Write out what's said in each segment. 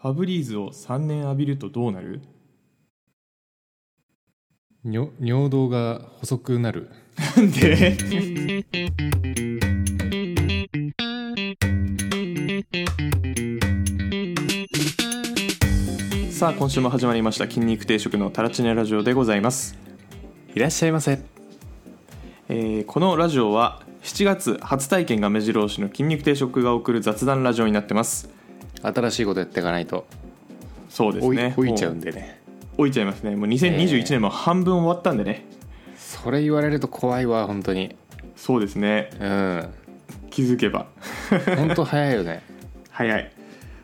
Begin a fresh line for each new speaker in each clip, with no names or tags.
ファブリーズを3年浴びるとどうなる
尿尿道が細くなる
なんでさあ今週も始まりました筋肉定食のタラチネラジオでございます、
いらっしゃいませ
えーこのラジオは7月初体験が目白押しの筋肉定食が送る雑談ラジオになってます
新しいことやっていかないと
そうです
老い,、
ね
老いちゃう
も
んでね
老いちゃいますねもう2021年も半分終わったんでね、
それ言われると怖いわ本当に
そうですね
うん
気づけば
本当早いよね
早い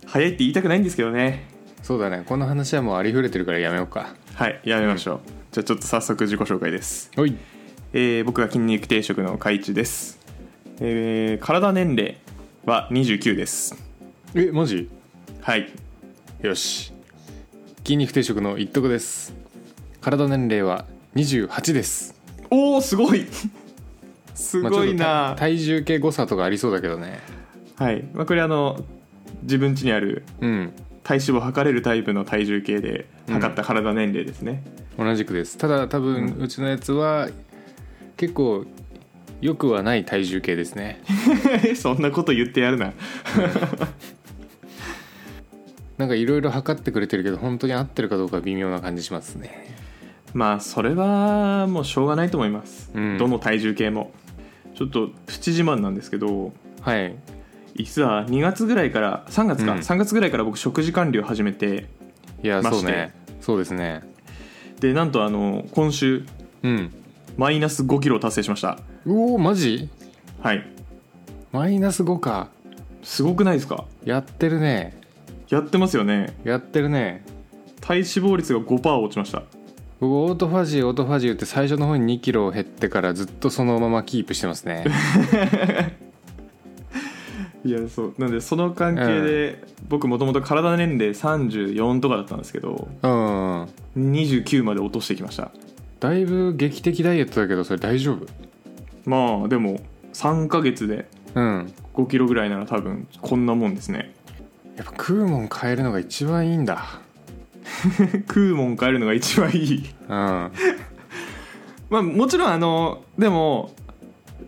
早いって言いたくないんですけどね
そうだねこの話はもうありふれてるからやめようか
はいやめましょう、じゃあちょっと早速自己紹介です
おい
えー僕は筋肉定食の海一です、えー体年齢は29です
えマジ
はい
よし筋肉定食の一徳です体年齢は28です
おおすごい す
まあちょっ
ご
と
いな、
体重計誤差とかありそうだけどね
はい、まあ、これあの自分家にある
うん
体脂肪を測れるタイプの体重計で測った体年齢ですね、
同じくですただ多分、うちのやつは結構よくはない体重計ですね
そんなこと言ってやるな
なんかいろいろ測ってくれてるけど本当に合ってるかどうか微妙な感じしますね
まあそれはもうしょうがないと思います、
うん
どの体重計もちょっとプチ自慢なんですけど
はい
実は2月ぐらいから3月か、
うん
3月ぐらいから僕食事管理を始めて
いや
ま
そう
して
ねそうですね
でなんとあの今週
うん
マイナス5キロを達成しました
うおーマジ
はいう
マイナス5か
すごくないですか
やってるね
やってますよね
やってるね
体脂肪率が5%落ちました
僕オートファジーオートファジー言って最初の方に2キロ減ってからずっとそのままキープしてま すね
いやそうなんでその関係で僕もともと体年齢34とかだったんですけど
うん
29まで落としてきました
だいぶ劇的ダイエットだけどそれ大丈夫
まあでも3ヶ月で
うん
5キロぐらいなら多分こんなもんですね
やっぱ食うもん変えるのが一番いいんだ
食うもん変えるのが一番いい
うん
まあもちろんあのでも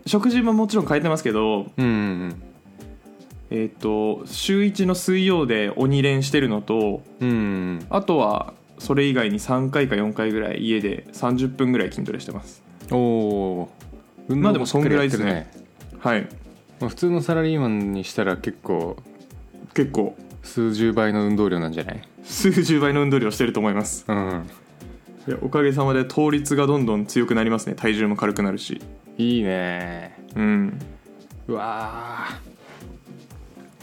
食事ももちろん変えてますけど
うんうん
えっ、と週1の水曜で鬼練してるのと
うんうん
あとはそれ以外に3回か4回ぐらい家で30分ぐらい筋トレしてます
おおー
まあでもそんぐらい
運動ばっかりやってる
ではい
まあ普通のサラリーマンにしたら結構
結構
数十倍の運動量なんじゃない
数十倍の運動量してると思います
うん
いやおかげさまで倒立がどんどん強くなりますね体重も軽くなるし
いいね
うん
うわー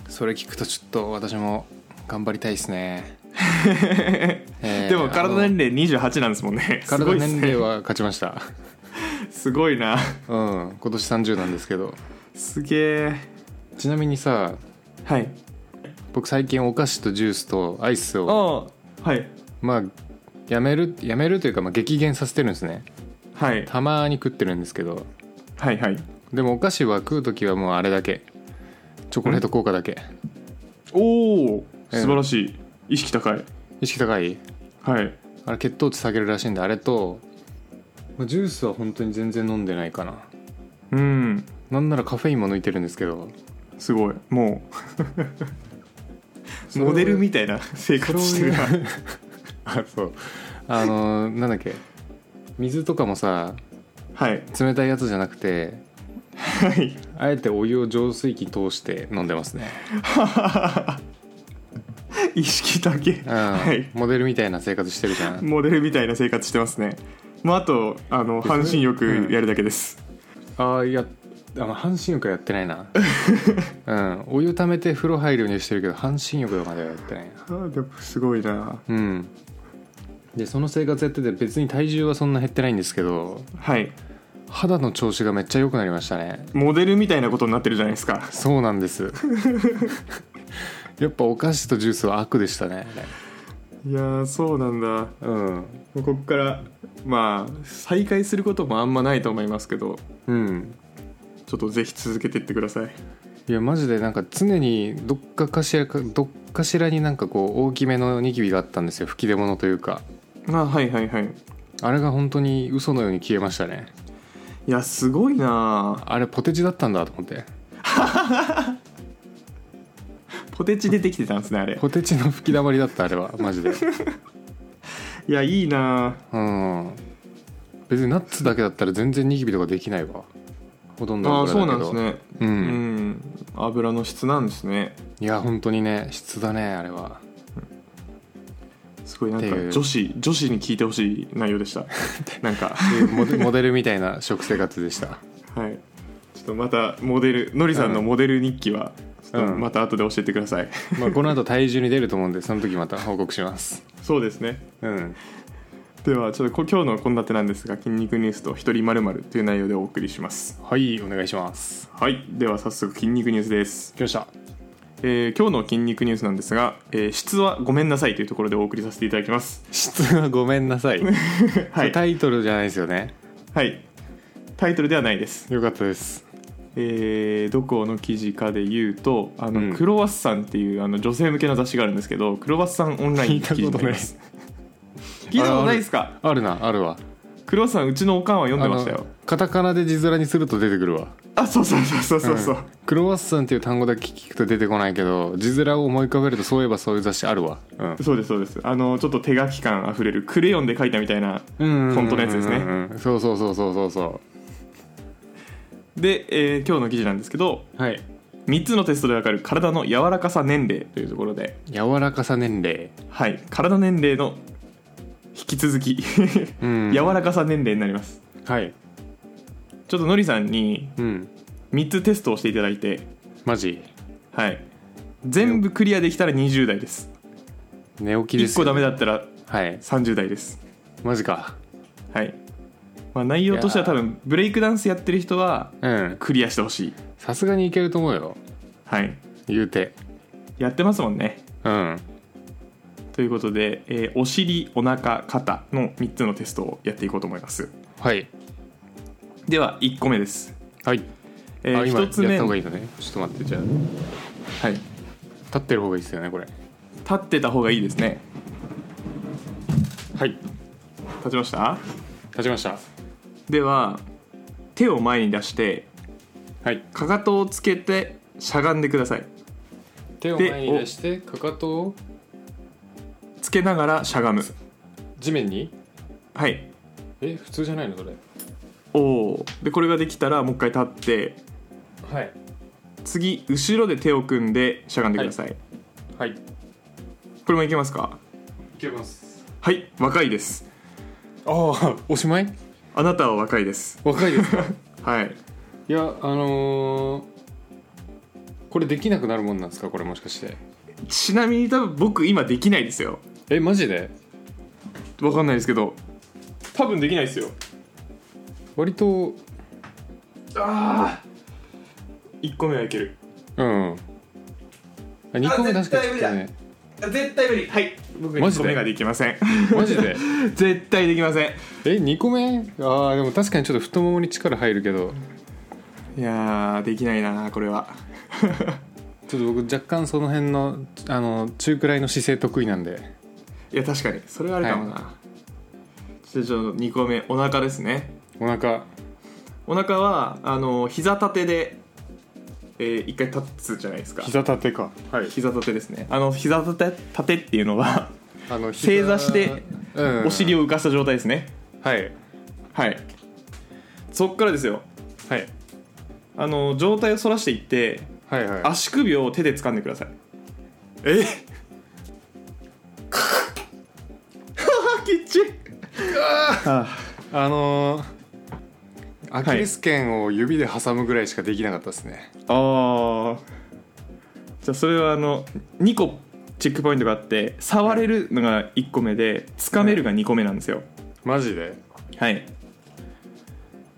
それ聞くとちょっと私も頑張りたいです ね、えー
でも
あ
体
の
年齢28なんですもんねすご
体
いっす
年
ね
齢は勝ちました
すごいな
うん今年30なんですけど
すげえ
ちなみにさ
はい
僕最近お菓子とジュースとアイス
あ
を
あはい
まあやめるやめるというか、まあ、激減させてるんですね
はい
たまに食ってるんですけど
はいはい
でもお菓子は食う時はもうあれだけチョコレート効果だけ
おお
ええ
素晴らしい、意識高い
意識高い
はい
あれ血糖値下げるらしいんであれとまあジュースは本当に全然飲んでないかな
うん
なんならカフェインも抜いてるんですけど
すごいもう モデルみたいな生活してるな
そあそうあのーなんだっけ水とかもさ
はい
冷たいやつじゃなくて
はい
あえてお湯を浄水器通して飲んでますね、
意識高い
うん
はい
モデルみたいな生活してるじ ゃん
モデルみたいな生活してますねもうあとあの半身浴やるだけです、
ああいやあの半身浴はやってない なうんお湯ためて風呂入るようにしてるけど半身浴まではやってないな
あーでもすごいな
うんでその生活やってて別に体重はそんな減ってないんですけど
はい
肌の調子がめっちゃ良くなりましたね
モデルみたいなことになってるじゃないですか
そうなんですやっぱお菓子とジュースは悪でしたね
いやーそうなんだも
うん
うここからまあ再開することもあんまないと思いますけど
うん
ちょっとぜひ続けてってください
いやマジでなんか常にどっかかしらかどっかしらになんかこう大きめのニキビがあったんですよ吹き出物というか
あはいはいはい
あれが本当に嘘のように消えましたね
いやすごいな
あれポテチだったんだと思って
ポテチ出てきてたんですねあれ
ポテチの吹き溜まりだったあれはマジで
いやいいな
うん別にナッツだけだったら全然ニキビとかできないわほとんど
ああ
の
ー
油
そうな
だけ
ん
ど
ですね
う、
うんん油の質なんですね
いや本当にね質だねあれは
すごいなんか
っていう
女子女子に聞いてほしい内容でした なんか
モデモ デルみたいな食生活でした
はいちょっとまたモデルのりさんのモデル日記はちょっと
うん
また後で教えてくださ い
まあこの後体重に出ると思うんでその時また報告します
そうですね
うん
ではちょっとこ今日の献立なんですが「筋肉ニュース」と「一人まるまるという内容でお送りします
はいお願いします
はいでは早速筋肉ニュースです、
来ました
えー今日の「筋肉ニュース」なんですが、えー質はごめんなさい」というところでお送りさせていただき ます
質はごめんなさい、
はい、
タイトルじゃないですよね
はい、タイトルではないです
よかったです
えーどこの記事かで言うとあの、
うん
クロワッサンっていうあの女性向けの雑誌があるんですけどクロワッサンオンラインって記事になります聞い
い
た
た
こ
ことな
とな
い
いですか
あるなあるわ
クロワッサンうちのおかんは読んでました
あ
よ
のカタカナで字面にすると出てくるわ
あそうそうそうそうそうそう、
んクロワッサンっていう単語だけ聞くと出てこないけど字面を思い浮かべるとそういえばそういう雑誌あるわうん
そうですそうですあのちょっと手書き感あふれるクレヨンで書いたみたいな
フ
ォントのやつですね
そうそうそうそうそうそ
で、えー今日の記事なんですけど
うはい
3つのテストでわかる体の柔らかさ年齢というところで
柔らかさ年齢
はい体年齢の引き続き
うん
柔らかさ年齢になります
はい
ちょっとのりさんに
うん
3つテストをしていただいて
マジ
はい全部クリアできたら20代です
寝起きで
1
す
個
よ
ダメだったら
はい
30代です
マジか
はい、まあ、内容としてはい
や
多
ー
分ブレイクダンスやってる人は
うん
クリアしてほしい
さすがにいけると思うよ
はい
言うて
やってますもんね
うん
ということで、えーお尻お腹肩の3つのテストをやっていこうと思います
はい
では1個目です、
はい
え
あ今
1
やっ
つ目
た方が
はい
いのねちょっと待ってじゃあ立
い立
ってる方がいいですよねこれ
ってた方がいいですね
はい
立ちました
立ちました
では手を前に出して
はい
かかとをつけてしゃがんでください
手を前に出してかかとを
つけながらしゃがむ
地面に
はい
え普通じゃないのそれ
おおでこれができたらもう一回立って
はい
次後ろで手を組んでしゃがんでください、
はいい
これもいけますか
けます
はい若いです
ああおしまい
あなたは若いです
若いですか
はい
いやあのーこれできなくなるもんなんですかこれもしかして
ちなみに多分僕今できないですよ
えマジで
わかんないですけど多分できないですよ
割と
あ1個目はいける
うん2個目
あ
確
絶対
かにちょっとね
絶対無理はい僕
マ
1
ジ
個
で
目ができません
マジで
絶対できません
え2個目ああでも確かにちょっと太ももに力入るけど
いやーできないなこれは
ちょっと僕若干その辺のあの中くらいの姿勢得意なんで
いや確かにそれはあるかもな、ちょっとちょっと2個目お腹ですね
お腹
お腹はあの膝立てで、えー一回立つじゃないですか
膝立てかはい
膝立てですねあの膝立て立てっていうのは
あの
正座して、
うん
お尻を浮かした状態ですね
はい
はいそっからですよ
はい
あの上体を反らしていって
はいはい
足首を手で掴んでくださいえきっち
あのーアキレス腱を指で挟むぐらいしかできなかったですね、
ああじゃあそれはあの2個チェックポイントがあって触れるのが1個目で掴めるが2個目なんですよ
マジで
はい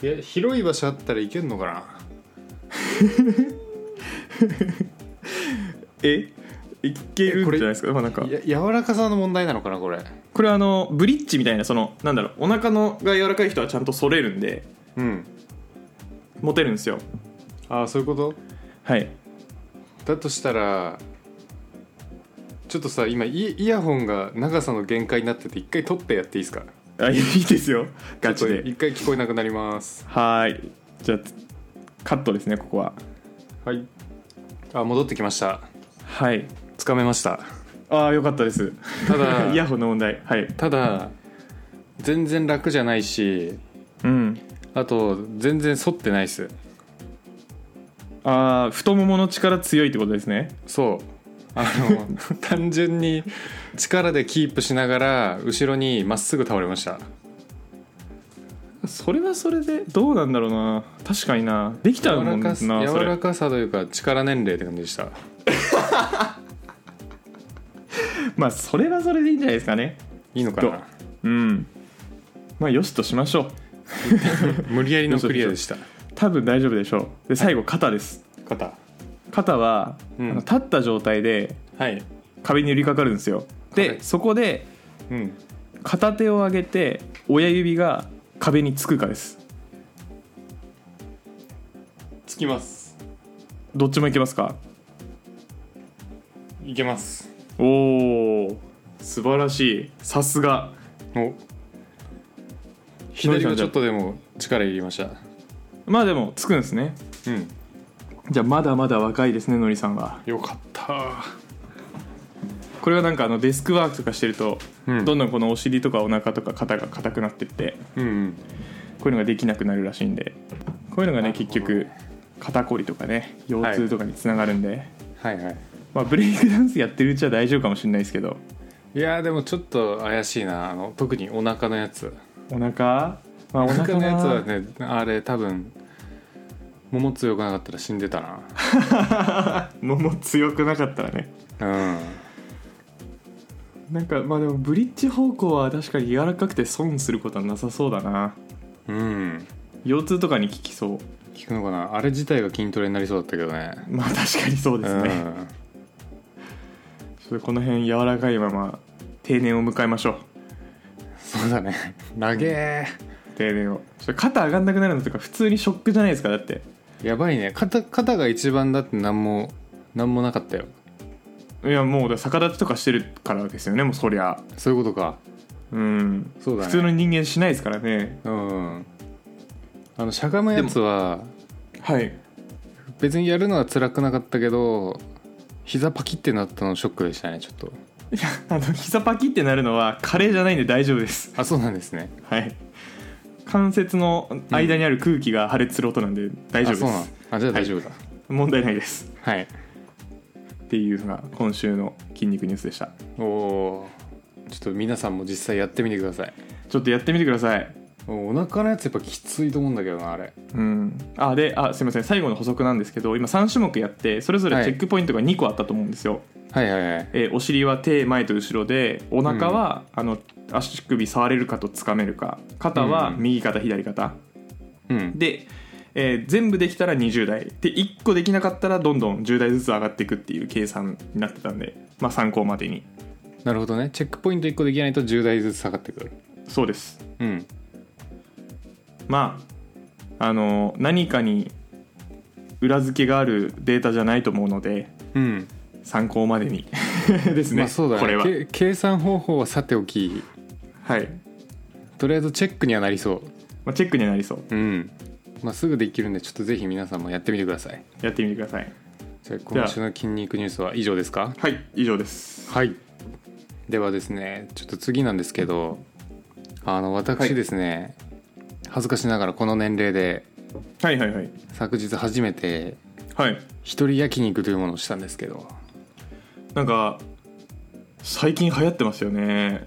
いや広い場所あったらいけんのかな
えいけるん
えこ
じ
れ
ゃないですかまあなんか
いや柔らかさの問題なのかなこれ
これはあのブリッジみたいなそのなんだろうお腹のが柔らかい人はちゃんと反れるんで
うん
持てるんですよ
ああそういうこと
はい
だとしたらちょっとさ今イイヤホンが長さの限界になってて一回取ってやっていいですか
あいいいいですよガチ
ちょっと
で
一回聞こえなくなります
はーいじゃあカットですねここは
はいあ戻ってきました
はい
つかめました
ああよかったです
た だ
イヤホンの問題はい
ただ全然楽じゃないし
うん
あと全然反ってないっす
ああ太ももの力強いってことですね
そうあ の単純に力でキープしながら後ろにまっすぐ倒れました
それはそれでどうなんだろうな確かになできたも
柔
ん
ら
な
かす
そ
柔ら
れ
かさというか力年齢って感じでした
まあそれはそれでいいんじゃないですかね
いいのか
ど
な
うんまあよしとしましょう
無理やりのクリアでした
多分大丈夫でしょうで最後肩です、
肩
肩は、
うん
あの立った状態で
はい
壁に寄りかかるんですよで、
はい
そこで
うん
片手を上げて親指が壁につくかです
つきます
どっちもいけますか
いけます
おお素晴らしいさすが
お左がちょっとでも力入りました
まあでもつくんですね
うん
じゃあまだまだ若いですねのりさんは
よかった
これはなんかあのデスクワークとかしてると、
うん
どんどんこのお尻とかお腹とか肩が硬くなってって
うんうん
こういうのができなくなるらしいんでこういうのがね
なる
結
ほど
局肩こりとかね腰
は
痛
い
とかにつながるんで、
はいはい
まあ、ブレイクダンスやってるうちは大丈夫かもしれないですけど
いやーでもちょっと怪しいなあの特にお腹のやつ
お腹まあ
お
お
腹
腹
のやつは
は
ねあれ多分もも強くなかったら死んでたな
もも強くなかったらね
うん
なんかまあでもブリッジ方向は確かに柔らかくて損することはなさそうだな
うん
腰痛とかに効きそう
聞くのかなあれ自体が筋トレになりそうだったけどね
まあ確かにそうですね、ちょっとこの辺柔らかいまま定年を迎えましょう
うん、そうだね投げ
定年をちょっと肩上がんなくなるのとか普通にショックじゃないですかだって
やばいね肩肩が一番だって何も何もなかったよ
いやもうだから逆立ちとかしてるからですよねもうそりゃ
そういうことか
うん
そうだね
普通の人間しないですからね
うんあのしゃがむやつは
はい
別にやるのは辛くなかったけど膝パキってなったのショックでしたねちょっと
いや あの膝パキってなるのは加齢じゃないんで大丈夫です
あそうなんですね
はい関節の間にある空気が破裂する音なんで大丈夫です、
あそうなんあじゃあ大丈夫だ
問題ないです
はい、
っていうのが今週の筋肉ニュースでした
おおーちょっと皆さんも実際やってみてください
ちょっとやってみてください
お腹のやつやっぱきついと思うんだけどなあれ
うんあであすいません最後の補足なんですけど今3種目やってそれぞれチェックポイントが2個あったと思うんですよ、
はいはいはい
えーお尻は手前と後ろでお腹は、あの足首触れるかとつかめるか肩は
うん
右肩左肩、
うん
で、えー全部できたら20代で1個できなかったらどんどん10代ずつ上がっていくっていう計算になってたんで、まあ、参考までに
なるほどねチェックポイント1個できないと10台ずつ下がってくる
そうです
うん
まああの何かに裏付けがあるデータじゃないと思うので
うん、
参考までに ですね,、
まあそうだね
これは
け計算方法はさておき
はい、
とりあえずチェックにはなりそ
まあ、チェックにはなりそう
ううんまあすぐできるんでちょっとぜひ皆さんもやってみてください
やってみてください
じゃあ今週の筋肉ニュースは以上ですか
はい以上です
はいではですねちょっと次なんですけどあの私ですね、恥ずかしながらこの年齢で
はいはいはい
昨日初めて
はい
一人焼肉というものをしたんですけど
なんか最近流行ってますよね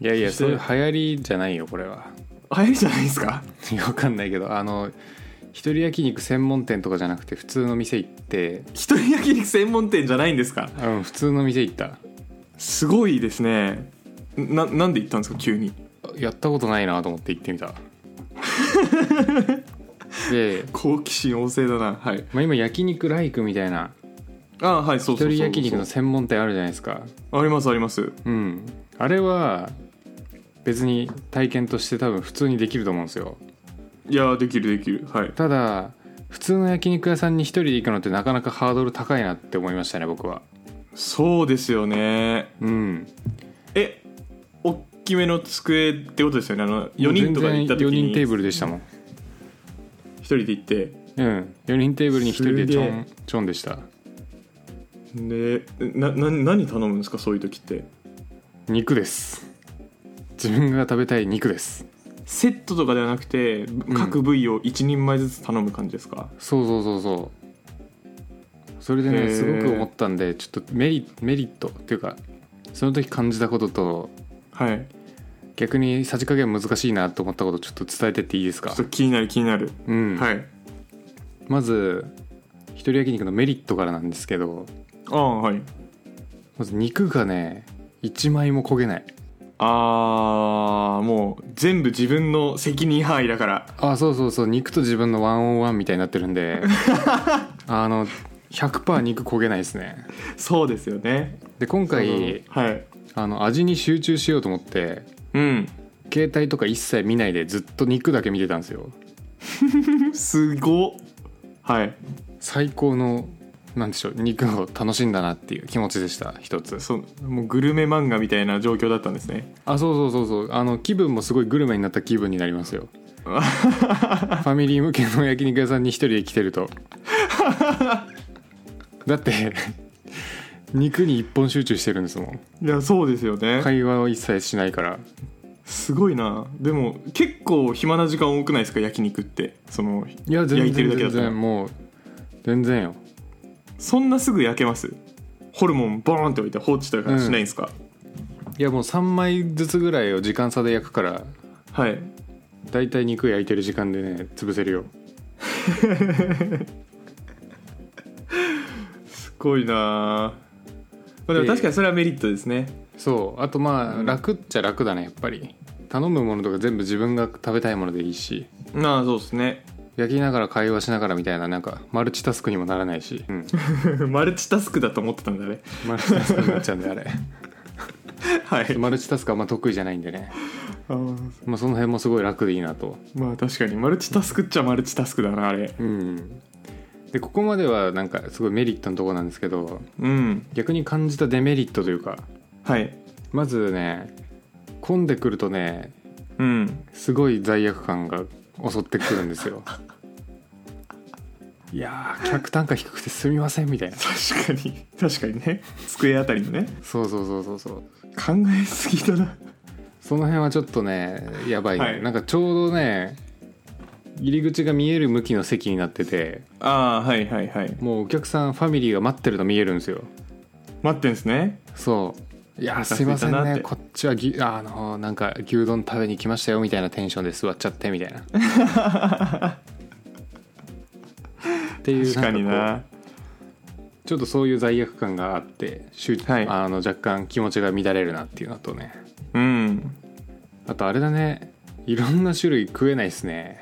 いやいや
そして
そういう流行りじゃないよこれは
流行りじゃないですか
わかんないけどあの一人焼肉専門店とかじゃなくて普通の店行って
一人焼肉専門店じゃないんですか
うん普通の店行った
すごいですねななんで行ったんですか急に
やったことないなと思って行っ てみたで、
好奇心旺盛だなはい
まあ、今焼肉ライクみたいな
あはいそう
一
そうそうそう
人焼肉の専門店あるじゃないですか
ありますあります
うんあれは別に体験として多分普通にできると思うんですよ
いやできるできるはい
ただ普通の焼肉屋さんに一人で行くのってなかなかハードル高いなって思いましたね僕は
そうですよね
うん
えおっきめの机ってことですよねあの4人とかで行った時
4人
に
テー
1
ブルでしたもん
人で行って
うん4人テーブルに1人でちょんちょんでした
でなな何頼むんですかそういう時って
肉です自分が食べたい肉です
セットとかではなくて各部位を1人前ずつ頼む感じですか、
そうそうそうそうそれで
へ
ね
ー
すごく思ったんでちょっとメリメリットっていうかその時感じたことと
はい
逆にさじ加減難しいなと思ったことちょっと伝えてっていいです
ちょ
か
っと気になる気になる、
うん、
はい
まず一人焼肉のメリットからなんですけど
ああはい
まず肉がね1枚も焦げない
あーもう全部自分の責任範囲だから
あそうそうそう肉と自分のワンオンワンみたいになってる んであの100%肉焦げないですね
そうですよね
で今回
そのはい
あの味に集中しようと思って
うん
携帯とか一切見ないでずっと肉だけ見てたんですよ
すごっはい
最高のなんでしょう肉を楽しんだなっていう気持ちでした一つ
そもうグルメ漫画みたいな状況だったんですね
あそうそうそうそうあの気分もすごいグルメになった気分になります よファミリー向けの焼肉屋さんに一人で来てるとだって肉に一本集中してるんですもん
いやそうですよね、
会話を一切しないから
すごいなでも結構暇な時間多くないですか焼肉ってその
いや
焼
全
いてる
然
だけだ
全
ったら
然もう全然よ
そんなすぐ焼けますホルモンボーンって置いて放置とかしないんですか、
いやもう3枚ずつぐらいを時間差で焼くから
はい
だいたい肉焼いてる時間でね潰せるよ
すごいなまあでも確かにそれはメリットですね
そうあとま
う
あ
ん
楽っちゃ楽だねやっぱり頼むものとか全部自分が食べたいものでいいし
まあそうですね
焼きながら会話しながらみたいななんかマルチタスクにもならないし、
マルチタスクだと思ってたんだね
マルチタスクになっちゃうんであ れ
はい
マルチタスクはあんま得意じゃないんでね、
あー
まあ、その辺もすごい楽でいいなと
まあ確かにマルチタスクっちゃマルチタスクだなあれ
うんでここまではなんかすごいメリットのとこなんですけど
うん
逆に感じたデメリットというか
はい
まずね混んでくるとね
うん
すごい罪悪感が襲ってくるん ですよいやー客単価低くてすみませんみたいな
確かに確かにね机あたりのね
そうそうそうそうそう
考えすぎだな
その辺はちょっとねやばいね、
はい
なんかちょうどね入り口が見える向きの席になってて
ああはいはいはい
もうお客さんファミリーが待ってるの見えるんですよ
待ってんですね
そういや
腹
すいません
空いたなって
ねこっちはぎあのなんか牛丼食べに来ましたよみたいなテンションで座っちゃって みたいなっていう
確かに
んかこ
な
うちょっとそういう罪悪感があって、集
はい
あの若干気持ちが乱れるなっていうのとね
うん
あとあれだねいろんな種類食えないっすね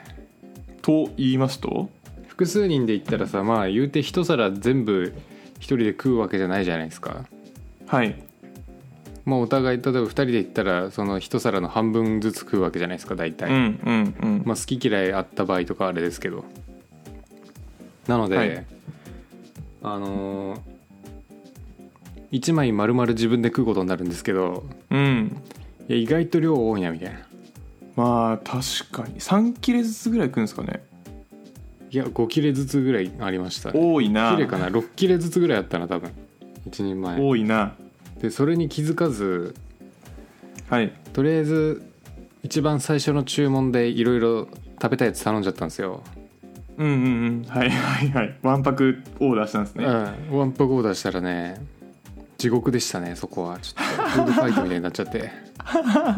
と言いますと
複数人で行ったらさまあ言うて一皿全部一人で食うわけじゃないじゃないですか
はい
まあお互い例えば2人で行ったらその一皿の半分ずつ食うわけじゃないですか大体、
うんうんうん、
まあ、好き嫌いあった場合とかあれですけどなので、
はい
あのー、1枚丸々自分で食うことになるんですけど
うん
いや意外と量多いなみたいな
まあ確かに3切れずつぐらい食うんですかね
いや5切れずつぐらいありました6
多いな
切れかな6切れずつぐらいあったな多分1人前
多いな
でそれに気づかず
はい
とりあえず一番最初の注文でいろいろ食べたいやつ頼んじゃったんですよ、
うんうんうんはいはいはいわんぱくオーダーしたんです
う
ね、
んワンパクオーダーしたらね地獄でしたねそこはちょっとフードファイトみたいになっちゃって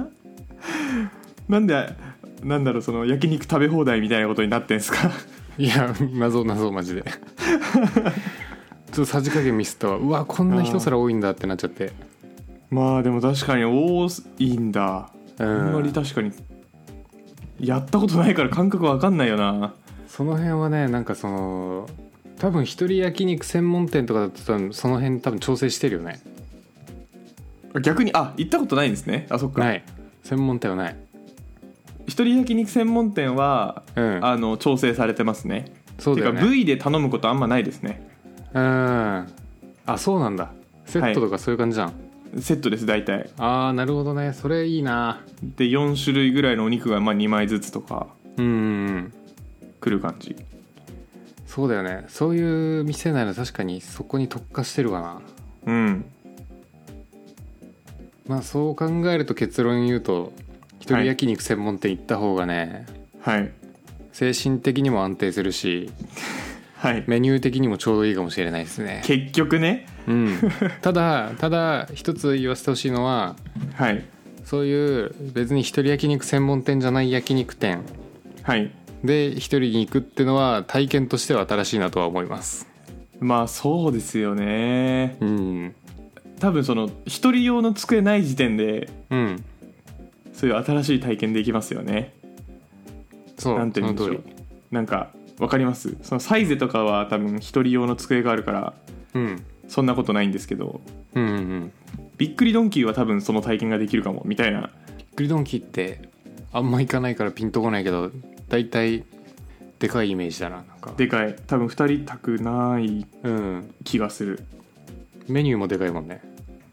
なんでなんだろうその焼肉食べ放題みたいなことになってんす か
いや謎謎マジで ちょっとさじ加減ミスったわうわこんな一皿多いんだってなっちゃって
まあでも確かに多いんだ、
うん
あんまり確かにやったことないから感覚わかんないよな
その辺はねなんかその多分一人焼肉専門店とかだと多分その辺多分調整してるよね
逆にあ行ったことないんですねあそっか
ない専門店はない
一人焼肉専門店は
うん
あの調整されてますね
そうだよ
て
ね
か部位で頼むことあんまないですね
うんあそうなんだセットとかそういう感じじゃん、
セットです大体
ああなるほどねそれいいな
で4種類ぐらいのお肉がまあ2枚ずつとか
うんうんうん
来る感じ
そうだよねそういう店なら確かにそこに特化してるわ
う
な
ん
まあそう考えると結論言うと一人焼肉専門店行った方がね、
はい
精神的にも安定するし
はい
メニュー的にもちょうどいいかもしれないですね、
結局ね
うん、ただただ一つ言わせてほしいのは
はい
そういう別に一人焼肉専門店じゃない焼肉店
はい
で一人に行くってのは体験としては新しいなとは思います
まあそうですよね
うん
多分その一人用の机ない時点で
うん
そういう新しい体験できますよね
そう
なんて言うんでしょうなんかわかりますそのサイゼとかは多分一人用の机があるから
その通りうん
そんなことないんですけど
うんうんうん
びっくりドンキーは多分その体験ができるかもみたいな
びっくりドンキーってあんま行かないからピンとこないけど大体でかいイメージだななんか
でかい多分2人たくない
うん
気がする
メニューもでかいもんね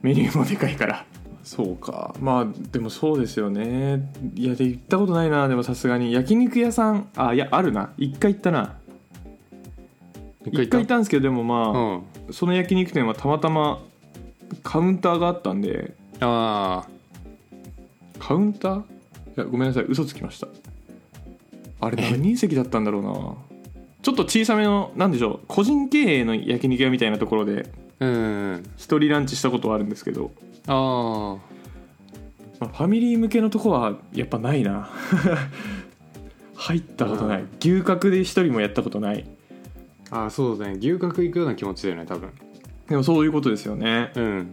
メニューもでかいからそうかまあでもそうですよねいやで行ったことないなでもさすがに焼肉屋さんあいやあるな一回行ったな一回行ったんですけどでも
う
まあ、
んあ
その焼肉店はたまたまカウンターがあったんで
あ
カウンターいやごめんなさい嘘つきましたあれ
え
何人席だったんだろうなちょっと小さめのなんでしょう個人経営の焼肉屋みたいなところで
うんうんうん
一人ランチしたことはあるんですけど、
ああ
まあ、ファミリー向けのとこはやっぱないな 入ったことない、
うん
牛角で一人もやったことない
ああそうだね牛角行くような気持ちだよね多分
でもそういうことですよね
うん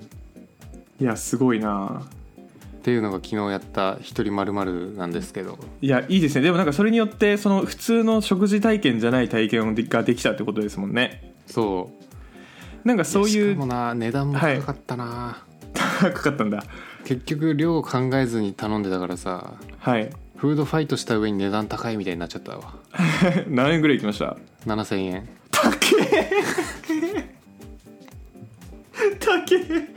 いやすごいな
っていうのが昨日やった一人まるまるなんですけど
いやいいですねでもなんかそれによってその普通の食事体験じゃない体験ができたってことですもんね
そう
なんかそうい
しかも
う
な値段も
はい
高かったな、
高 かったんだ
結局量を考えずに頼んでたからさ
はい
フードファイトした上に値段高いみたいになっちゃったわ
何円ぐらい行きました
7000円
高え高え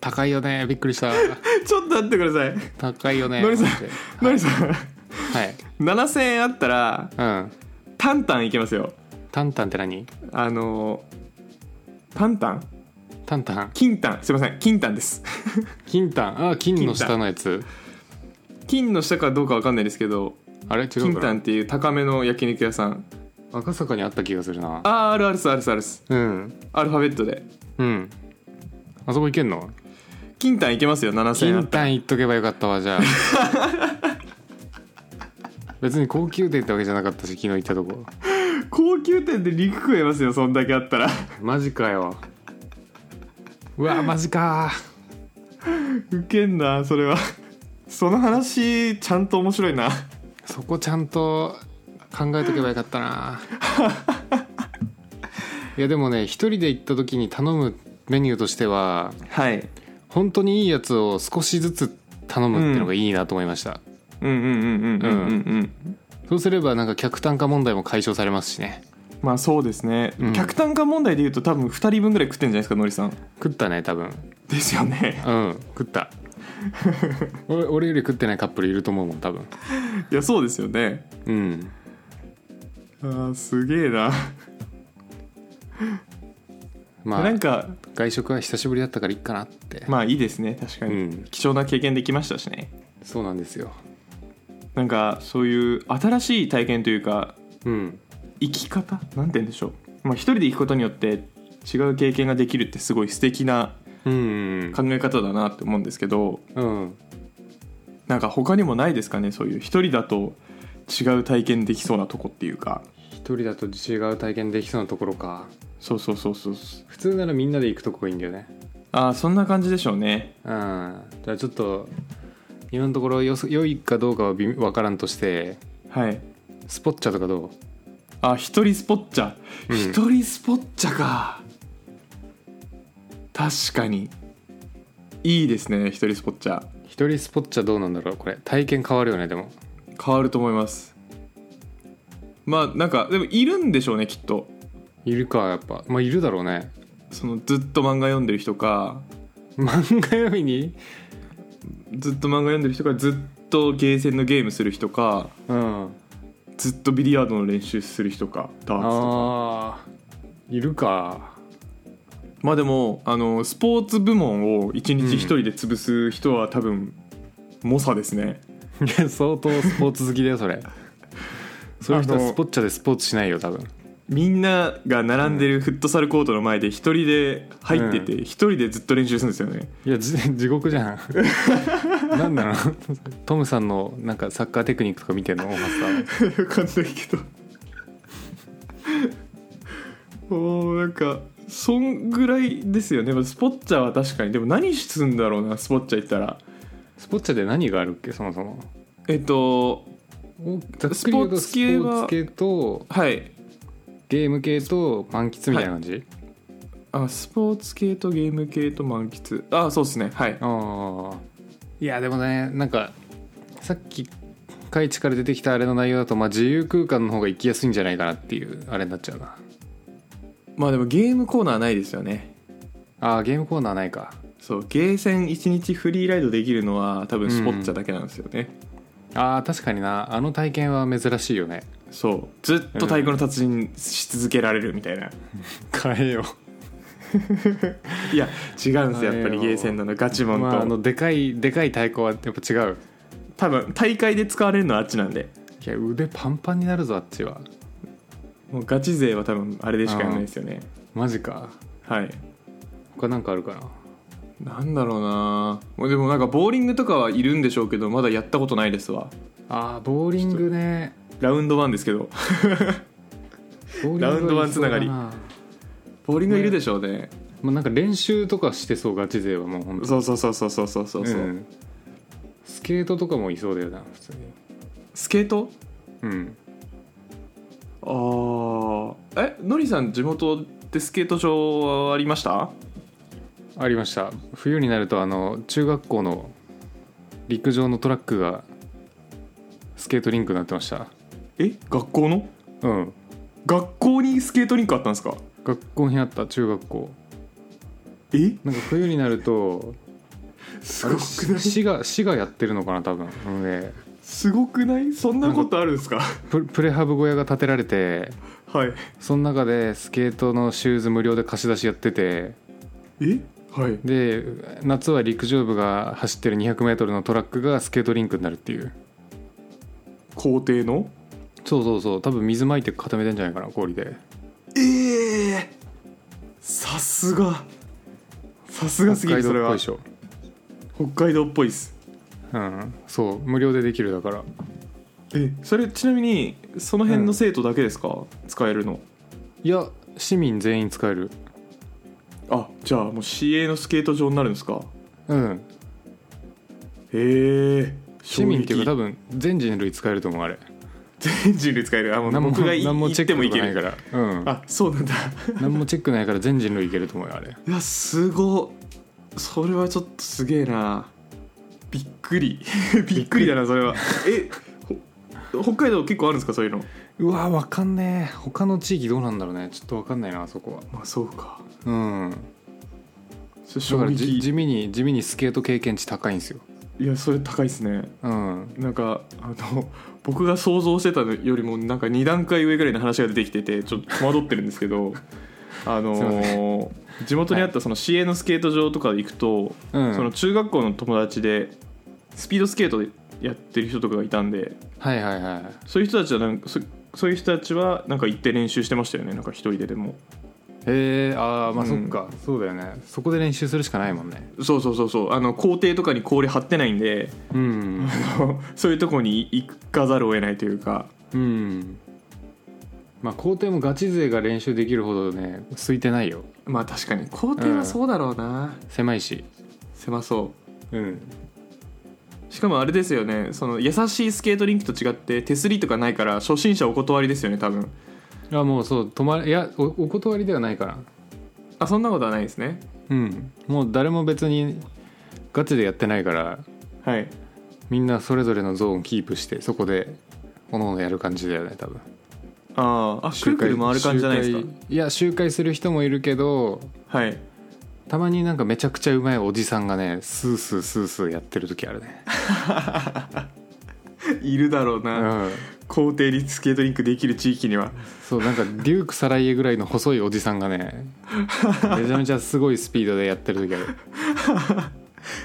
高いよねびっく りした
ちょっと待ってください
高いよね
ノリさん
マジで
ノリさん
はい
7000円あったら
うん
タンタンいけますよ
タンタンって何
あのタンタン
タンタン
金タンすいません金タンです
金タンあ金の下のやつ
金の下かどうかわかんないですけど
あれ違う
金
か
タ
な
ンっていう高めの焼肉屋さん
赤坂にあった気がするな
あーあるあるっすあるっすあるっす
うん
アルファベットで
うんあそこ行けんの
金タンいけますよ7000円あ
金
った
タン行っとけばよかった わじゃあ別に高級店ってわけじゃなかったし昨日行ったとこ
ら高級店で肉食えますよそんだけあったら
マジかようわマジか
ウケんなそれは その話ちゃんと面白いな
そこちゃんと考えとけばよかった ないやでもね一人で行った時に頼むメニューとしては
はい
本当にいいやつを少しずつ頼むっていうのがいいなと思いました、
うんうんうんうんうんうんうん
そうすればなんか客単価問題も解消されますしね
まあそうですね、
うん
客単価問題でいうと多分2人分ぐらい食ってんじゃないですかのりさん
食ったね多分
ですよね
うん食った俺俺より食ってないカップルいると思うもん多分
いやそうですよね
うん
あーすげえな、
ま
な
あ
んか
外食は久しぶりだったからいいかなって、
まあいいですね確かに、
うん
貴重な経験できましたしね
そうなんですよ
なんかそういう新しい体験というか
うん
生き方なんて言うんでしょう、まあ、一人で行くことによって違う経験ができるってすごい素敵な
うん
考え方だなって思うんですけど
うん
なんか他にもないですかねそういう一人だと違う体験できそうなとこっていうか
一人だと違う体験できそうなところか
そうそうそうそう
普通ならみんなで行くとこがいいんだよね
ああそんな感じでしょうね
うんじゃあちょっと今のところよそ良いかどうかは微妙分からんとして
はい
スポッチャとかどう
あ一人スポッチャ
うん
一、人スポッチャか確かにいいですね一人スポッチャ
一人スポッチャどうなんだろうこれ体験変わるよねでも
変わると思いますまあなんかでもいるんでしょうねきっと
いるかやっぱまあいるだろうね
そのずっと漫画読んでる人か
漫画読みに
ずっと漫画読んでる人かずっとゲーセンのゲームする人か
うん
ずっとビリヤードの練習する人かダーツとか
あーいるか
まあでもあのスポーツ部門を一日一人で潰す人は多分猛者ですね、
いや相当スポーツ好きだよそ れそういう人は
あの
スポッチャでスポーツしないよ多分
みんなが並んでるフットサルコートの前で一人で入ってて一人でずっと練習するんですよね
いやじ 地獄じ ゃんなんだろうトムさんのなんかサッカーテクニックとか見てんの大橋さん
分かんないけどもうなんかそんぐらいですよねまあスポッチャは確かにでも何すんだろうなスポッチャ行ったら
スポッチャで何があるっけそもそも
えっと
ざっくり言う
スポ
と
ーツ系は
スポーツ系と
はい
ゲーム系と満喫みたいな感じ、
あスポーツ系とゲーム系と満喫あそうですねはい
ああいやでもねなんかさっきカイチから出てきたあれの内容だと、まあ、自由空間の方が行きやすいんじゃないかなっていうあれになっちゃうな
まあでもゲームコーナーないですよね
ああゲームコーナーないか
そうゲーセン1日フリーライドできるのは多分スポッチャだけなんですよね、
ああ確かになあの体験は珍しいよね
そうずっと太鼓の達人し続けられるみたいな、
変えよ
いや違うんですよ
あ
やっぱり
ええよ
ゲーセンのあのガチモンと、
まあ、あのでかいでかい太鼓はやっぱ違う
多分大会で使われるのはあっちなんで
いや腕パンパンになるぞあっちは
もうガチ勢は多分あれでしかやらないですよね
マジか
はい
他なんかあるかな
なんだろうなもうでもなんかボーリングとかはいるんでしょうけどまだやったことないですわ
あーボーリングね
ラウンドワンですけど
ボーリング
ラウンドワン
はいそうだ
つな
な
ボーリングいるでしょうね
もうなんか練習とかしてそうガチ勢はもう本当
そうそうそうそうそうそうそう、
んスケートとかもいそうだよな普通に
スケート
うん
ああえのりさん地元でスケート場はありました
ありました冬になるとあの中学校の陸上のトラックがスケートリンクになってました
え学校の
うん
学校にスケートリンクあったんですか
学校にあった中学校
え
なんか冬になると
す
あ
ご
れ
く
し
ない
市が市がやってるのかな多分運営
すごくないそんなことあるんですか
ププレハブ小屋が建てられて
はい
その中でスケートのシューズ無料で貸し出しやってて
えはい
で夏は陸上部が走ってる 200m のトラックがスケートリンクになるっていう
校庭の
そうそうそう多分水まいて固めてんじゃないかな氷で
ええさすがさすがすぎるそれ
北
は
海
北海道
道っぽいでし
っぽいっす
ょうんそう無料でできるだから
えそれちなみにその辺の生徒だけですか、使えるの
いや市民全員使える
あじゃあもう市営のスケート場になるんですか
うん
へえ
市民っていうか多分全人類使えると思うあれ
全人類使えるあもう
何も
僕がい
何も
行
チ
っ
ェッ
て
ク
も
と
い
か
け
ないか
る
らうん
あそう なんだ
何もチェックないから全人類いけると思うよあれ
いやすごっそれはちょっとすげえなびっく りびっくりだなそれはえほ北海道結構あるんですかそういうの
うわわかんねえ他の地域どうなんだろうねちょっとわかんないなあそこは
まあそうか
うん
それ
だ
衝
からじ
撃
地味に地味にスケート経験値高いんですよ
いやそれ高いですね
うん
なんかあの僕が想像してたのよりもなんか2段階上ぐらいの話が出てきててちょっと戸惑ってるんですけ どあ
すいま
の地元にあったその市営のスケート場とか行くと、
うん
その中学校の友達でスピードスケートでやってる人とかがいたんで
はいはいはい
そういう人たちはなんかそそういう人たちはなんか行って練習してましたよねなんか一人ででも
へえあーまあ
うん
そっか、そうだよねそこで練習するしかないもんね
そうそうそうそうあの校庭とかに氷張ってないんで
うん
そういうとこに行かざるを得ないというか
うんまあ校庭もガチ勢が練習できるほどね空いてないよ
まあ確かに校庭はそうだろうな、
狭いし
狭そう
うん
しかもあれですよねその優しいスケートリンクと違って手すりとかないから初心者お断りですよね多分
あもうそう泊まれいやおお断りではないから
あそんなことはないですね
うんもう誰も別にガチでやってないから
はい
みんなそれぞれのゾーンキープしてそこでおのおのやる感じだよね多分
あーあくるくる回る感じじゃないです
周回いや周回する人もいるけど
かはい
たまになんかめちゃくちゃうまいおじさんがねスースースースーやってる時あるね、
い るだろう
う
な、
ん、
校庭にスケートリンクできる地域には
そうなんかデューク・サライエぐらいの細いおじさんがねめちゃめちゃすごいスピードでやってる時ある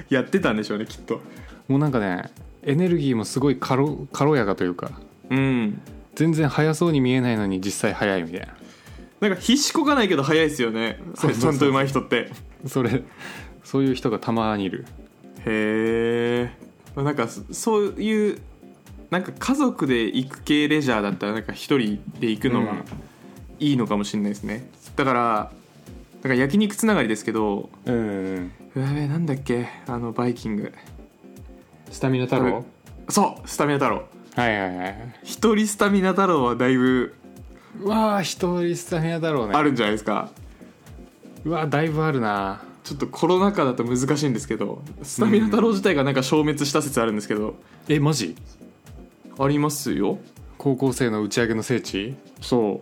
やってたんでしょうねきっと
もうなんかねエネルギーもすごい軽軽やかというか
うん
全然速そうに見えないのに実際速いみたいな
なんか必死こかないけど早いですよね
そうそうそう
ちゃんと上手い人って
それそういう人がたまにいる
へえんかそそういうなんか家族で行く系レジャーだったらなんか一人で行くの
うん
がいいのかもしれないですね、だからだから焼肉つながりですけど
うん
うわべなんだっけあのバイキング
スタミナ太郎
そうスタミナ太郎
はいはいはい
一人スタミナ太郎はだいぶ
うわあ一人スタミナ太郎ね
あるんじゃないですか、
うわーだいぶあるな
ちょっとコロナ禍だと難しいんですけどスタミナ太郎自体がなんか消滅した説あるんですけど、
えマジ
ありますよ
高校生の打ち上げの聖地
そ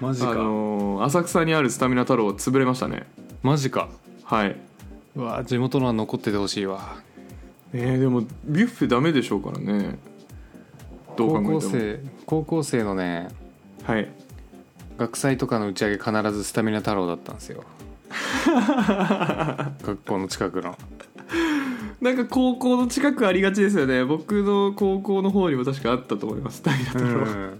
う
マジ
あのー浅草にあるスタミナ太郎は潰れましたね
マジか
はい、ね
うわー地元のは残っててほしいわ
えでもビュッフェダメでしょうからねどう考え
高校
ても
生高校生のね
はい
学祭とかの打ち上げ必ずスタミナ太郎だったんですよ学校の近くの
なんか高校の近くありがちですよね僕の高校の方にも確かあったと思いますスタミナ太郎、
ん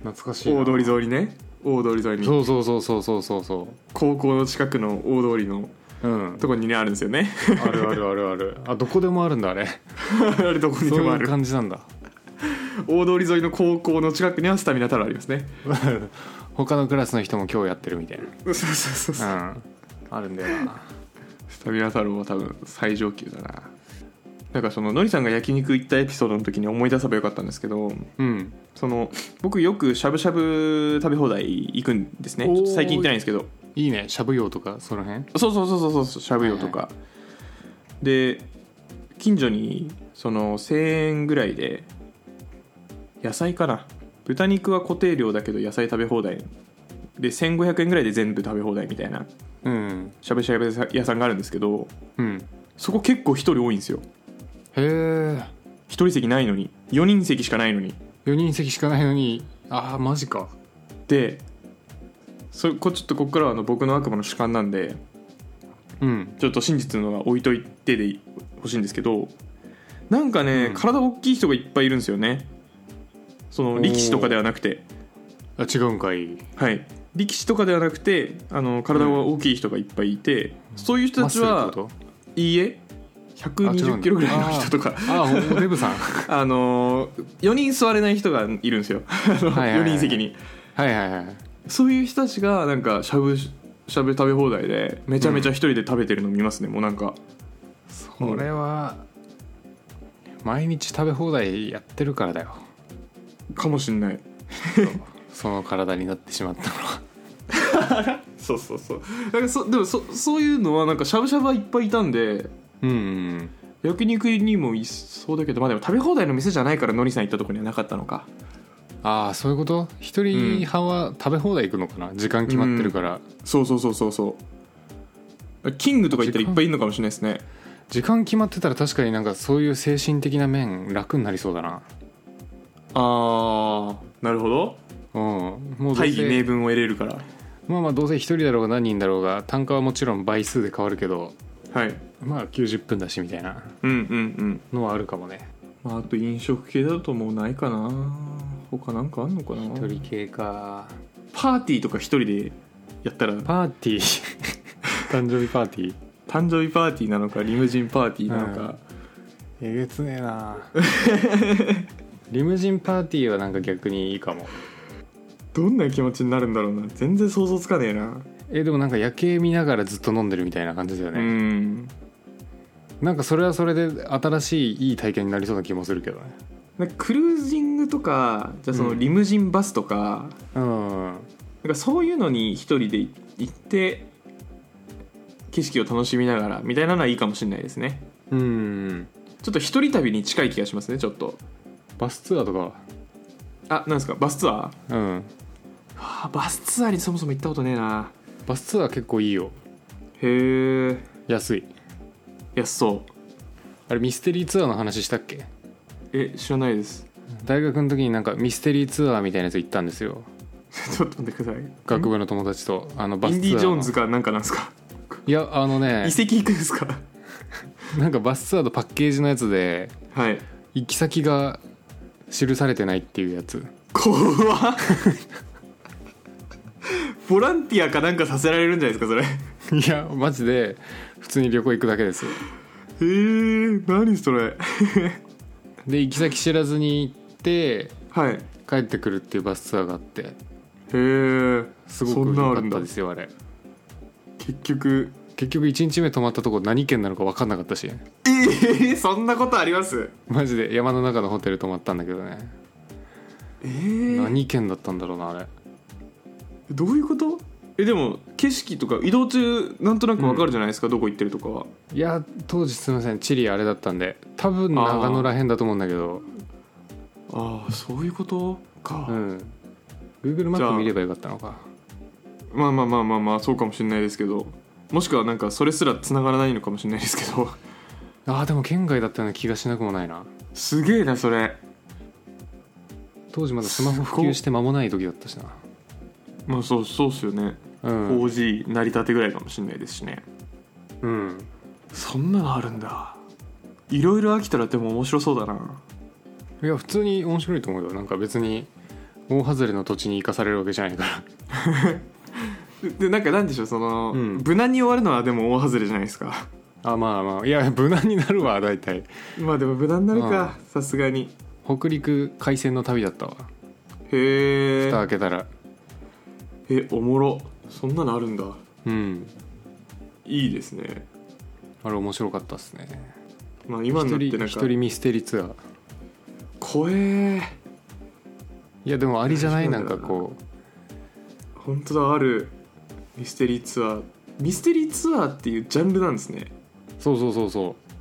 懐かしいな
大通り沿いにね大通り沿いに
そうそうそうそうそうそうそ
高校の近くの大通りの
ううん
とこにねあるんですよね
あるあるあるあるあどこでもあるんだあれ
あれどこにで
そう
もあ
いう
る
感じなんだ
大通り沿いの高校の近くにはスタミナ太郎ありますね
他のクラスの人も今日やってるみたい
そうそうそうそう、
な うんあるんだよな
スタミナ太郎は多分最上級だななんかそののりさんが焼肉行ったエピソードの時に思い出せばよかったんですけど
うん
その僕よくしゃぶしゃぶ食べ放題行くんですね
おー
ちょっと最近行ってないんですけど
いいねしゃぶ用とかその辺
そうそうそうそうそうしゃぶ用とか、で近所にその1000円ぐらいで野菜かな豚肉は固定量だけど野菜食べ放題で1500円ぐらいで全部食べ放題みたいな
うん
しゃぶしゃぶ屋さんがあるんですけど
うんへ
そこ結構一人多いんですよ
え
一人席ないのに4人席しかないのに
4人席しかないのにああマジか
でそこちょっとここからはあの僕の悪魔の主観なんで
うん
ちょっと真実のは置いといてでほしいんですけどなんかね、
うん
体大きい人がいっぱいいるんですよねその
おー
力士とかではなくて
あ違うんかい
はい力士とかではなくてあの体が大きい人がいっぱいいて、そういう人たち
マッ
は
スルってこ
いいえ
あ違うん
120
だ
キロぐらいの人とか
とあーおおデブさん
あの4人座れない人がいるんですよ
はいはい
4人席に
はいはいはい
そういう人たちがなんかしゃぶしゃぶ食べ放題でめちゃめちゃ一人で食べてるの見ますね、もうなんか
それは毎日食べ放題やってるからだよ
かもしんない
その体になってしまったのは
そうそうそうなんかそでもそそういうのはなんかしゃぶしゃぶはいっぱいいたんで
うんうん
焼肉にもいそうだけどまあでも食べ放題の店じゃないからのりさん行ったとこにはなかったのか
ああそういうこと一人派は食べ放題行くのかな時間決まってるから、
そうそうそうそうそうキングとか行ったらいっぱいいるのかもしれないですね
時間決まってたら確かになんかそういう精神的な面楽になりそうだな
ああなるほど
うんもうどうせ
大義名分を得れるから
まあまあどうせ一人だろうが何人だろうが単価はもちろん倍数で変わるけど
はい
まあ90分だしみたいな
うんうんうん
のはあるかもね
まあ、あと飲食系だともうないかな他なんかあんのかな
一人系か
パーティーとか一人でやったら
パーティー誕生日パーティー
誕生日パーティーなのかリムジンパーティーなのか、
えげつねえなリムジンパーティーはなんか逆にいいかも
どんな気持ちになるんだろうな全然想像つかねえな、
えでもなんか夜景見ながらずっと飲んでるみたいな感じだよ
う
ね、
ん
なんかそれはそれで新しいいい体験になりそうな気もするけどね
なんかクルージングとかじゃあその
うん
リムジンバスとか,、
うん
なんかそういうのに一人で行って景色を楽しみながらみたいなのはいいかもしれないですね
うん
ちょっと一人旅に近い気がしますねちょっと
バスツアーとかは
あなんですかバスツアーは
うん
あバスツアーにそもそも行ったことねえな
バスツアー結構いいよ
へえ
安い
安そう
あれミステリーツアーの話したっけ
え知らないです
大学の時になんかミステリーツアーみたいなやつ行ったんですよ
ちょっと待ってください
学部の友達とあのバ
イ
ス
ン
ツアー
ディ・ジョーン
の
ズかなんかなんですか
いやあの
遺
ね
跡行くんですか
なんかバスツアーのパッケージのやつで
はい
行き先が記されてないっていうやつ
怖っボランティアかなんかさせられるんじゃないですかそれへ
いやマジで普通に旅行行くだけです
え何それ
で行き先知らずに行って
はいへ
帰ってくるっていうバスツアーがあって
えそ
すご
ん
く
なあ
良
る
か
ん
っ
だ
たですよあれ
結局
結局1日目泊まったとこ何県なのか分かんなかったし
えー、そんなことあります
マジで山の中のホテル泊まったんだけどね
えー、
何県だったんだろうなあれ
どういうことえでも景色とか移動中なんとなくわかるじゃないですか、どこ行ってるとかはい
や当時すみませんチリあれだったんで多分長野らへんだと思うんだけど
ああそういうことか、
うん Google マ
じゃ
ッ
あ
プ見ればよかったのか
まあまあまあまあまあそうかもしれないですけどもしくはなんかそれすら繋がらないのかもしれないですけど
あーでも県外だったような気がしなくもないな
すげえなそれ
当時まだスマホ普及して間もない時だったしな
まあそうそうっすよね、
うん
4G 成り立てぐらいかもしれないですしね
うん
そんなのあるんだいろいろ飽きたらでも面白そうだない
や普通に面白いと思うよなんか別に大外れの土地に行かされるわけじゃないから
ででなんかなんでしょうその、
うん
無難に終わるのはでも大外れじゃないですか
あまあまあいや無難になるわ大体
まあでも無難になるかさすがに
北陸海鮮の旅だったわ
へ
蓋
ー
開けたら
えおもろそんなのあるんだ
うん
いいですね
あれ面白かったっすね
まあ今にな
一
って
人
なん
一
か
人ミステリーツアー
怖えー
いやでもありじゃない
そう
な
だよな
んかこ
本当だあるミステリーツアーミステリーツアーっていうジャンルなんですね
うそうそうそうそう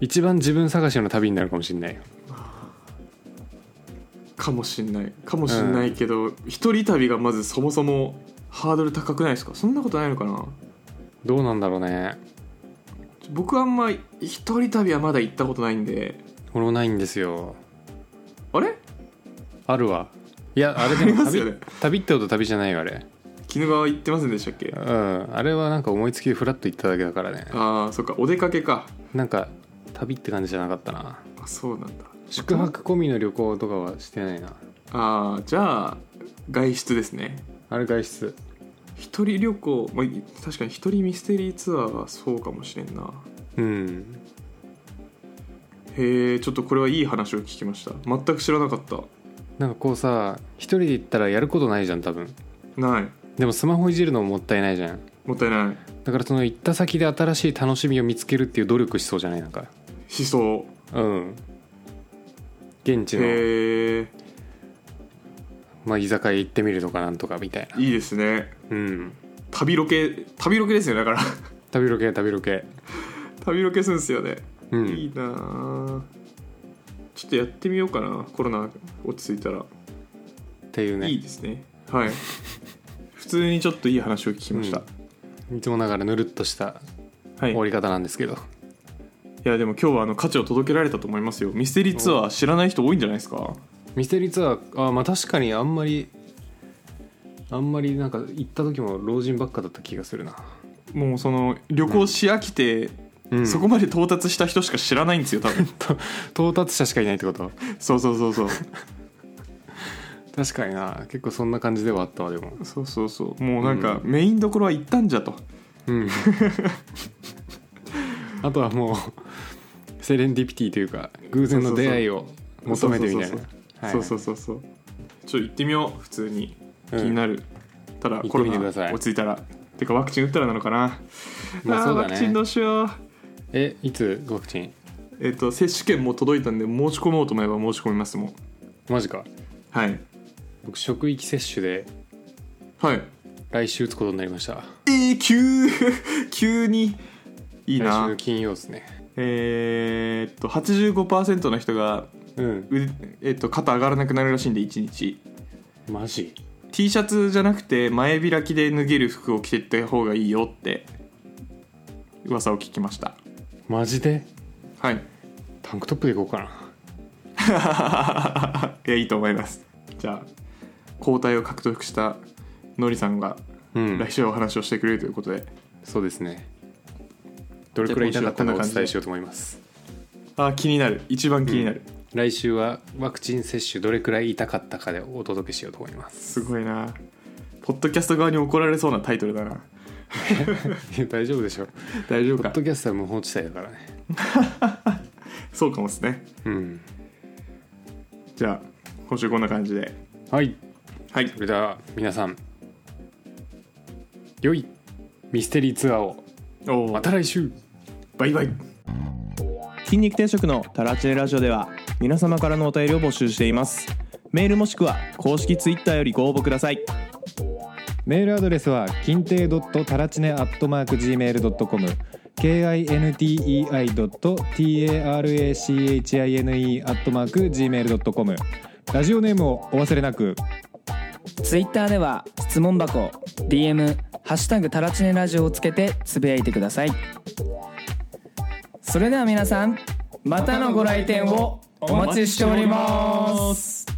一番自分探しの旅になるかもしんないよ
かもしんないかもしんないけど、一人旅がまずそもそもハードル高くないですかそんなことないのかな
どうなんだろうね
僕あんま一人旅はまだ行ったことないんで
俺もないんですよ
あれ
あるわいやあれ
あ
で
り
も
ます
旅,、
よね
旅ってこと旅じゃないよあれ
鬼怒川行ってませんでしたっけ
うんあれはなんか思いつきでフラッと行っただけだからね
ああそっかお出かけか
なんか旅って感じじゃなかったな
あそうなんだ
宿泊込みの旅行とかはしてないな
ああじゃあ外出ですね
あれ外出
一人旅行、まあ、い確かに一人ミステリーツアーはそうかもしれんな
うん
へえちょっとこれはいい話を聞きました全く知らなかった
なんかこうさ一人で行ったらやることないじゃん多分
ない
でもスマホいじるのももったいないじゃん
もったいない
だからその行った先で新しい楽しみを見つけるっていう努力しそうじゃないなんか
思想
うん現地の、
へえ
まあ、居酒屋行ってみるとかなんとかみたいない
いですね
うん
旅ロケ旅ロケですよだから
旅ロケ旅ロケ
旅ロケするんですよね、
う
い
ん
いなあちょっとやってみようかなコロナ落ち着いたら、
っていうね
いいですねはい 普通にちょっといい話を聞きました、
いつもながらぬるっとした
はい
終わり方なんですけど
いやでも今日はあの価値を届けられたと思いますよミステリーツアー知らない人多いんじゃないですか
ミステリーツアーあまあ確かにあんまりあんまりなんか行った時も老人ばっかだった気がするな、
もうその旅行し飽きて、
うん、
そこまで到達した人しか知らないんですよ多 分
到達者しかいないってこと
そうそうそうそう
確かにな結構そんな感じではあったわでも
そうそうそうもうなんかメインどころは行ったんじゃと、
うん あとはもうセレンディピティというか偶然の出会いを求めてみたい
そうそうそ
な
う
はい
そうそうそうそうちょっと行ってみよう普通に気
うん
になる、ただ
行
コ
って
ロ
みて
ナ
くだ
落ち
さい
着いたらてかワクチン打ったらなのかな、
ま
ー
あそうだ
ワ
ね
クチンどうしよう
えいつワクチン
えっ、と接種券も届いたんで申し込もうと思えば申し込みますもん
マジか
はい
僕職域接種で
はい
来週打つことになりました
えー、急急にいい
来週
な
の金曜ですね
えー、っと85%の人が
うん
腕、えっと肩上がらなくなるらしいんで1日
マジ
T シャツじゃなくて前開きで脱げる服を着てった方がいいよって噂を聞きました
マジで
はい
タンクトップでいこうかな
いやいいと思いますじゃあ交代を獲得したのりさんが
うん
来週はお話をしてくれるということで、
そうですねどれくらい痛かったかをお伝えしようと思います
あー気になる一番気になる、
来週はワクチン接種どれくらい痛かったかでお届けしようと思います
すごいなポッドキャスト側に怒られそうなタイトルだない
や 大丈夫でしょ
大丈夫
ポッ
か
ドキャストは無法地帯だからね
そうかもですね
うん
じゃあ今週こんな感じで
はい
はい
それでは皆さん良いミステリーツアーを
お
ま
また
た来週
バイバイ
筋肉定食のタラチネラジオでは皆様からのお便りを募集していますメールもしくは公式ツイッターよりご応募ください
メールアドレスは金亭ドットタラチネアットマーク gmail ドットコム k i n t e i ドット t a r a c h i n e アットマーク gmail ドットコムラジオネームをお忘れなく。
ツイッターでは質問箱 DM「ハッシュタグタラチネラジオ」をつけてつぶやいてくださいそれでは皆さんまたのご来店をお待ちしております